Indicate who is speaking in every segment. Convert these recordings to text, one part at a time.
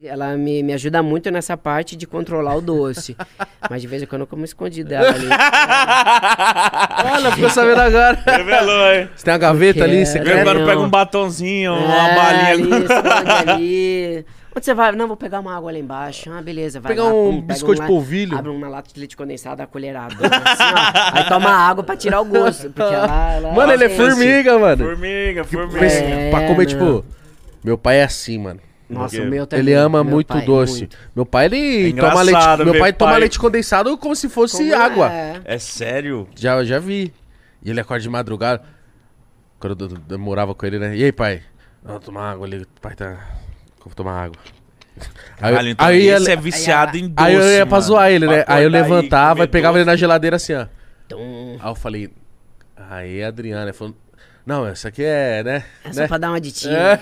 Speaker 1: Ela me, me ajuda muito nessa parte de controlar o doce. Mas de vez em quando eu como escondido dela ali.
Speaker 2: Olha, ficou sabendo agora.
Speaker 3: É. Revelou, hein?
Speaker 2: Você tem uma gaveta ali?
Speaker 1: Quero.
Speaker 2: Você
Speaker 3: Vem
Speaker 2: quer...
Speaker 3: Agora
Speaker 1: não.
Speaker 3: pega um batonzinho, uma
Speaker 1: É, ali,
Speaker 3: balinha.
Speaker 1: esconde ali. Onde você vai? Não, vou pegar uma água lá embaixo. Ah, beleza, vai
Speaker 2: Pegar
Speaker 1: lá,
Speaker 2: um
Speaker 1: pum, pega
Speaker 2: biscoito
Speaker 1: la-
Speaker 2: polvilho.
Speaker 1: Abre uma lata de leite condensado, a colherada. Assim, ó. Aí toma água pra tirar o gosto. Porque ela, ela-
Speaker 2: Mano, ele é
Speaker 1: Sim.
Speaker 2: formiga, mano.
Speaker 3: Formiga, formiga.
Speaker 2: Pensa-
Speaker 1: É,
Speaker 2: pra comer,
Speaker 1: não.
Speaker 2: tipo. Meu pai é assim, mano.
Speaker 1: Nossa,
Speaker 3: Porque
Speaker 1: o meu também.
Speaker 2: ele ama
Speaker 1: Tá meu
Speaker 2: muito
Speaker 1: pai, é
Speaker 2: doce.
Speaker 1: muito.
Speaker 2: Meu pai, ele toma
Speaker 3: É engraçado
Speaker 2: leite. Meu
Speaker 3: ver
Speaker 2: pai toma
Speaker 3: pai-
Speaker 2: leite condensado como se fosse
Speaker 1: Como
Speaker 2: água.
Speaker 1: é?
Speaker 3: É sério?
Speaker 2: Já, já vi. E ele acorda de madrugada. Quando eu, eu morava com ele, né? E aí, pai? Não, tomar água ali. Pai tá. Eu Vou tomar água. Aí,
Speaker 3: Caralho, então
Speaker 2: aí,
Speaker 3: esse
Speaker 2: ele-
Speaker 3: é viciado em doce,
Speaker 2: aí eu ia pra
Speaker 3: mano.
Speaker 2: zoar ele, né?
Speaker 3: Pra
Speaker 2: Aí eu
Speaker 3: acordar
Speaker 2: levantava e,
Speaker 3: comer
Speaker 2: pegava
Speaker 3: doce.
Speaker 2: ele na geladeira assim, ó.
Speaker 1: Então,
Speaker 2: Aí eu falei. Aí, Adriana, falando. Não, essa aqui é, né?
Speaker 1: é
Speaker 2: né?
Speaker 1: só pra dar uma ditinha.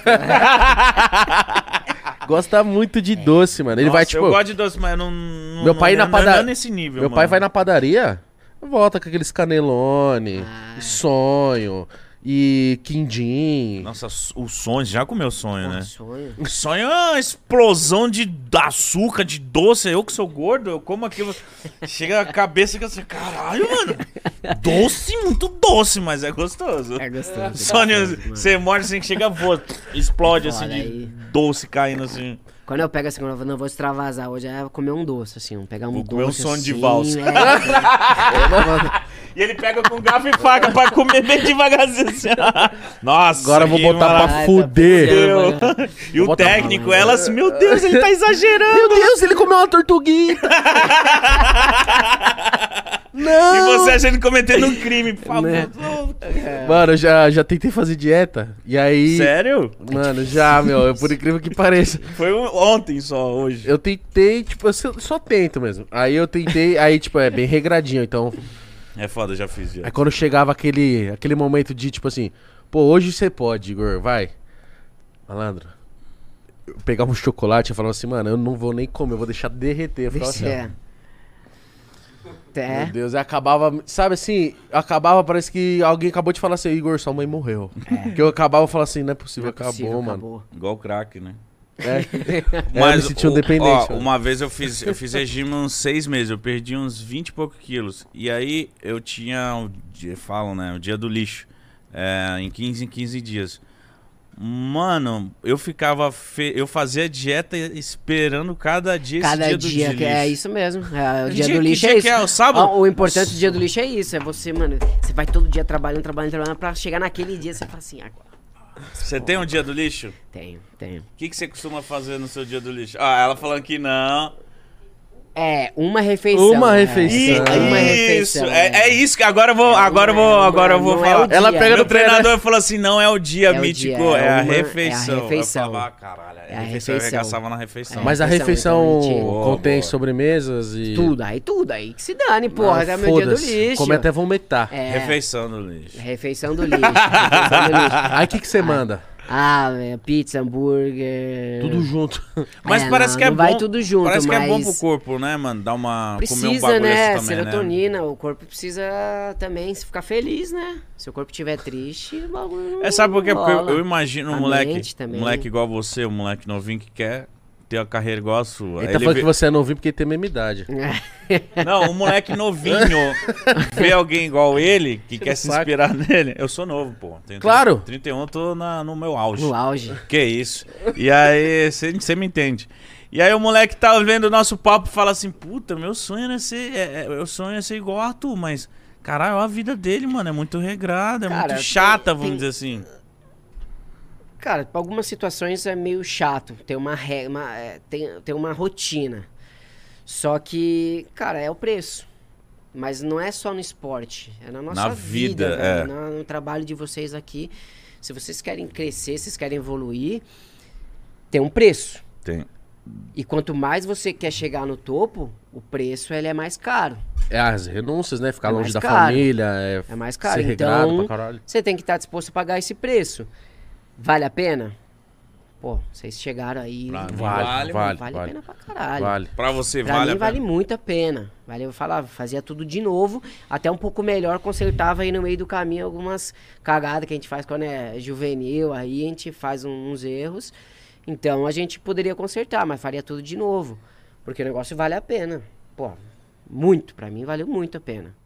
Speaker 2: Gosta muito
Speaker 1: É.
Speaker 2: de doce, mano. Ele
Speaker 3: Nossa,
Speaker 2: vai, tipo.
Speaker 3: Eu gosto de doce, mas eu não. não
Speaker 2: Meu pai
Speaker 3: não,
Speaker 2: na pada-
Speaker 3: Não, não nesse nível.
Speaker 2: Meu pai
Speaker 3: mano.
Speaker 2: vai na padaria, volta com aqueles canelone,
Speaker 1: Ah.
Speaker 2: e sonho e quindim.
Speaker 3: Nossa, o sonho, já comeu sonho, né?
Speaker 1: Sonho.
Speaker 3: Sonho é uma explosão de açúcar, de doce. Eu que sou gordo, eu como aquilo. Chega a cabeça e fica assim, caralho, mano. Doce, muito doce, mas é gostoso.
Speaker 1: É gostoso.
Speaker 2: Tá
Speaker 3: Sonho,
Speaker 1: gostoso, mano.
Speaker 3: você morde assim, chega, voa, explode assim
Speaker 1: Olha
Speaker 3: de
Speaker 1: aí.
Speaker 3: doce caindo assim.
Speaker 1: Quando eu pego assim, quando eu vou- não vou extravasar hoje, é comer um doce, assim, um- pegar um
Speaker 3: Vou
Speaker 1: doce.
Speaker 3: comer um sonho de
Speaker 1: assim,
Speaker 3: valsa.
Speaker 1: é,
Speaker 3: Tá
Speaker 1: é.
Speaker 3: E ele pega com garfo e faca pra comer bem devagarzinho assim. Nossa,
Speaker 2: Agora eu vou
Speaker 3: que
Speaker 2: botar
Speaker 3: maravilha.
Speaker 2: pra
Speaker 1: Ai, tá
Speaker 2: fuder.
Speaker 3: Eu.
Speaker 1: Mano.
Speaker 3: E o
Speaker 2: botar-
Speaker 3: técnico, elas, meu Deus, ele tá exagerando.
Speaker 2: Meu Deus, ele comeu uma tortuguita.
Speaker 3: E
Speaker 2: Não!
Speaker 3: você achando que cometendo um crime, por favor.
Speaker 1: Né?
Speaker 2: Mano, eu já, já tentei fazer dieta. E aí.
Speaker 3: Sério?
Speaker 2: Mano, já, meu, por incrível que pareça.
Speaker 3: Foi um- ontem só, hoje.
Speaker 2: Eu tentei, tipo, eu só só tento mesmo. Aí eu tentei, aí, tipo, é bem regradinho, então
Speaker 3: É foda, já fiz. Já.
Speaker 2: Aí quando chegava aquele, aquele momento de tipo assim, pô, hoje você pode, Igor, vai. Malandro. Eu pegava um chocolate e falava assim, mano, eu não vou nem comer, eu vou deixar derreter. Eu ficava
Speaker 1: Vixe,
Speaker 2: assim, ó,
Speaker 1: é. É.
Speaker 2: Meu Deus, aí acabava, sabe assim, eu acabava, parece que alguém acabou de falar assim, Igor, sua mãe morreu. Porque eu acabava falando assim, não é possível,
Speaker 1: Não é
Speaker 2: acabou,
Speaker 1: possível,
Speaker 2: mano.
Speaker 1: acabou.
Speaker 3: Igual o crack, né?
Speaker 2: É. Mas eu me sentia um
Speaker 3: o-
Speaker 2: dependente.
Speaker 3: ó,
Speaker 2: mano.
Speaker 3: uma vez eu fiz, eu fiz regime uns seis meses, eu perdi uns 20 e poucos quilos. E aí eu tinha, o dia- falam, né? O dia do lixo. é, em 15 em 15 dias. Mano, eu ficava. fe- Eu fazia dieta esperando cada dia
Speaker 1: Cada
Speaker 3: esse dia,
Speaker 1: dia,
Speaker 3: do dia
Speaker 1: que é isso mesmo. É, o
Speaker 3: Que
Speaker 1: dia,
Speaker 3: dia-
Speaker 1: do
Speaker 3: que
Speaker 1: lixo
Speaker 3: dia
Speaker 1: é
Speaker 3: que
Speaker 1: isso.
Speaker 3: é? O sábado?
Speaker 1: Ó, o importante do dia do lixo é isso. É você, mano, você vai todo dia trabalhando, trabalhando, trabalhando, pra chegar naquele dia você fala assim, agora.
Speaker 3: Você tem um dia do lixo?
Speaker 1: Tenho, tenho.
Speaker 3: O que, que você costuma fazer no seu dia do lixo? Ah, ela falando que não.
Speaker 1: É, uma refeição.
Speaker 2: Uma
Speaker 1: né?
Speaker 2: refeição.
Speaker 1: É, Uma né?
Speaker 3: isso,
Speaker 1: refeição.
Speaker 3: é, é isso que agora eu vou, agora eu vou, agora eu vou
Speaker 1: Não é
Speaker 3: falar.
Speaker 1: o dia.
Speaker 2: Ela pega
Speaker 3: Meu
Speaker 2: no pé, né?
Speaker 3: treinador falou assim: não é o dia,
Speaker 1: É o
Speaker 3: mítico,
Speaker 1: dia,
Speaker 3: é,
Speaker 1: é uma-
Speaker 3: a refeição.
Speaker 1: é a refeição.
Speaker 3: Eu falava, ah, caralho, é
Speaker 1: É
Speaker 3: a
Speaker 1: a
Speaker 3: refeição. Eu
Speaker 1: refeição.
Speaker 3: arregaçava na refeição.
Speaker 1: É.
Speaker 2: Mas a
Speaker 1: refeição,
Speaker 2: refeição
Speaker 1: então, mentira.
Speaker 2: contém
Speaker 3: Boa.
Speaker 2: sobremesas e...
Speaker 1: Tudo, aí tudo, aí que se dane, porra.
Speaker 2: Ah,
Speaker 1: é meu dia do
Speaker 2: foda-se.
Speaker 1: lixo.
Speaker 2: Come até vomitar.
Speaker 1: É,
Speaker 3: Refeição no lixo.
Speaker 1: refeição do lixo. refeição do lixo.
Speaker 2: Aí o que que você manda?
Speaker 1: Ah, velho, pizza, hambúrguer.
Speaker 3: um
Speaker 2: Tudo junto.
Speaker 3: Mas
Speaker 1: É,
Speaker 3: parece
Speaker 1: não,
Speaker 3: que é
Speaker 1: não
Speaker 3: bom.
Speaker 1: vai tudo junto,
Speaker 3: parece que é bom
Speaker 1: mas-
Speaker 3: pro corpo, né, mano? Dar uma. comer um
Speaker 1: Precisa,
Speaker 3: bagulho
Speaker 1: né?
Speaker 3: assim também. Né?
Speaker 1: Serotonina, o corpo precisa também se ficar feliz, né? Se o corpo estiver triste, o bagulho.
Speaker 3: É, sabe por quê? Porque eu,
Speaker 1: imagino.
Speaker 3: eu imagino um
Speaker 1: A
Speaker 3: moleque,
Speaker 1: mente também.
Speaker 3: moleque igual você, um moleque novinho que quer ter uma carreira igual a sua. Aí
Speaker 2: Ele tá falando
Speaker 3: vê-
Speaker 2: que você é novinho porque tem a mesma idade.
Speaker 3: Não, um moleque novinho vê alguém igual ele que quer se
Speaker 2: saco.
Speaker 3: inspirar nele. Eu sou novo, pô. Tenho
Speaker 2: Claro.
Speaker 3: 31, tô na, no meu auge.
Speaker 1: No auge.
Speaker 3: Que isso. E aí, você me entende. E aí o moleque tá vendo o nosso papo e fala assim, puta, meu sonho é ser. É, é- meu sonho é ser igual a Arthur, mas. Caralho, olha a vida dele, mano. É muito regrada, é
Speaker 1: Cara,
Speaker 3: muito chata,
Speaker 1: tem-
Speaker 3: vamos
Speaker 1: tem-
Speaker 3: dizer assim.
Speaker 1: Cara, pra algumas situações é meio chato. Tem uma, re... uma, é, tem, tem uma rotina. Só que, cara, é o preço. Mas não é só no esporte. É na nossa
Speaker 3: Na
Speaker 1: vida.
Speaker 3: vida,
Speaker 1: velho,
Speaker 3: é.
Speaker 1: na- no trabalho de vocês aqui. Se vocês querem crescer, se vocês querem evoluir, tem um preço.
Speaker 3: Tem.
Speaker 1: E quanto mais você quer chegar no topo, o preço ele é mais caro.
Speaker 2: É as renúncias, né? Ficar
Speaker 1: É
Speaker 2: longe
Speaker 1: mais
Speaker 2: da
Speaker 1: caro.
Speaker 2: família, é,
Speaker 1: É mais caro.
Speaker 2: ser regrado
Speaker 1: então,
Speaker 2: pra caralho.
Speaker 1: você tem que estar disposto a pagar esse preço. Vale a pena? Pô, vocês chegaram aí. né?
Speaker 3: Pra mim, Vale,
Speaker 2: Vale, vale,
Speaker 1: vale a
Speaker 2: vale.
Speaker 1: pena pra caralho.
Speaker 2: Vale.
Speaker 3: Pra você,
Speaker 1: Pra
Speaker 3: vale
Speaker 1: mim
Speaker 3: a pena.
Speaker 1: vale muito a pena. Vale, eu falava, fazia tudo de novo, até um pouco melhor, consertava aí no meio do caminho algumas cagadas que a gente faz quando é juvenil, aí a gente faz um- uns erros. Então a gente poderia consertar, mas faria tudo de novo. Porque o negócio vale a pena. Pô, muito. Pra mim valeu muito a pena.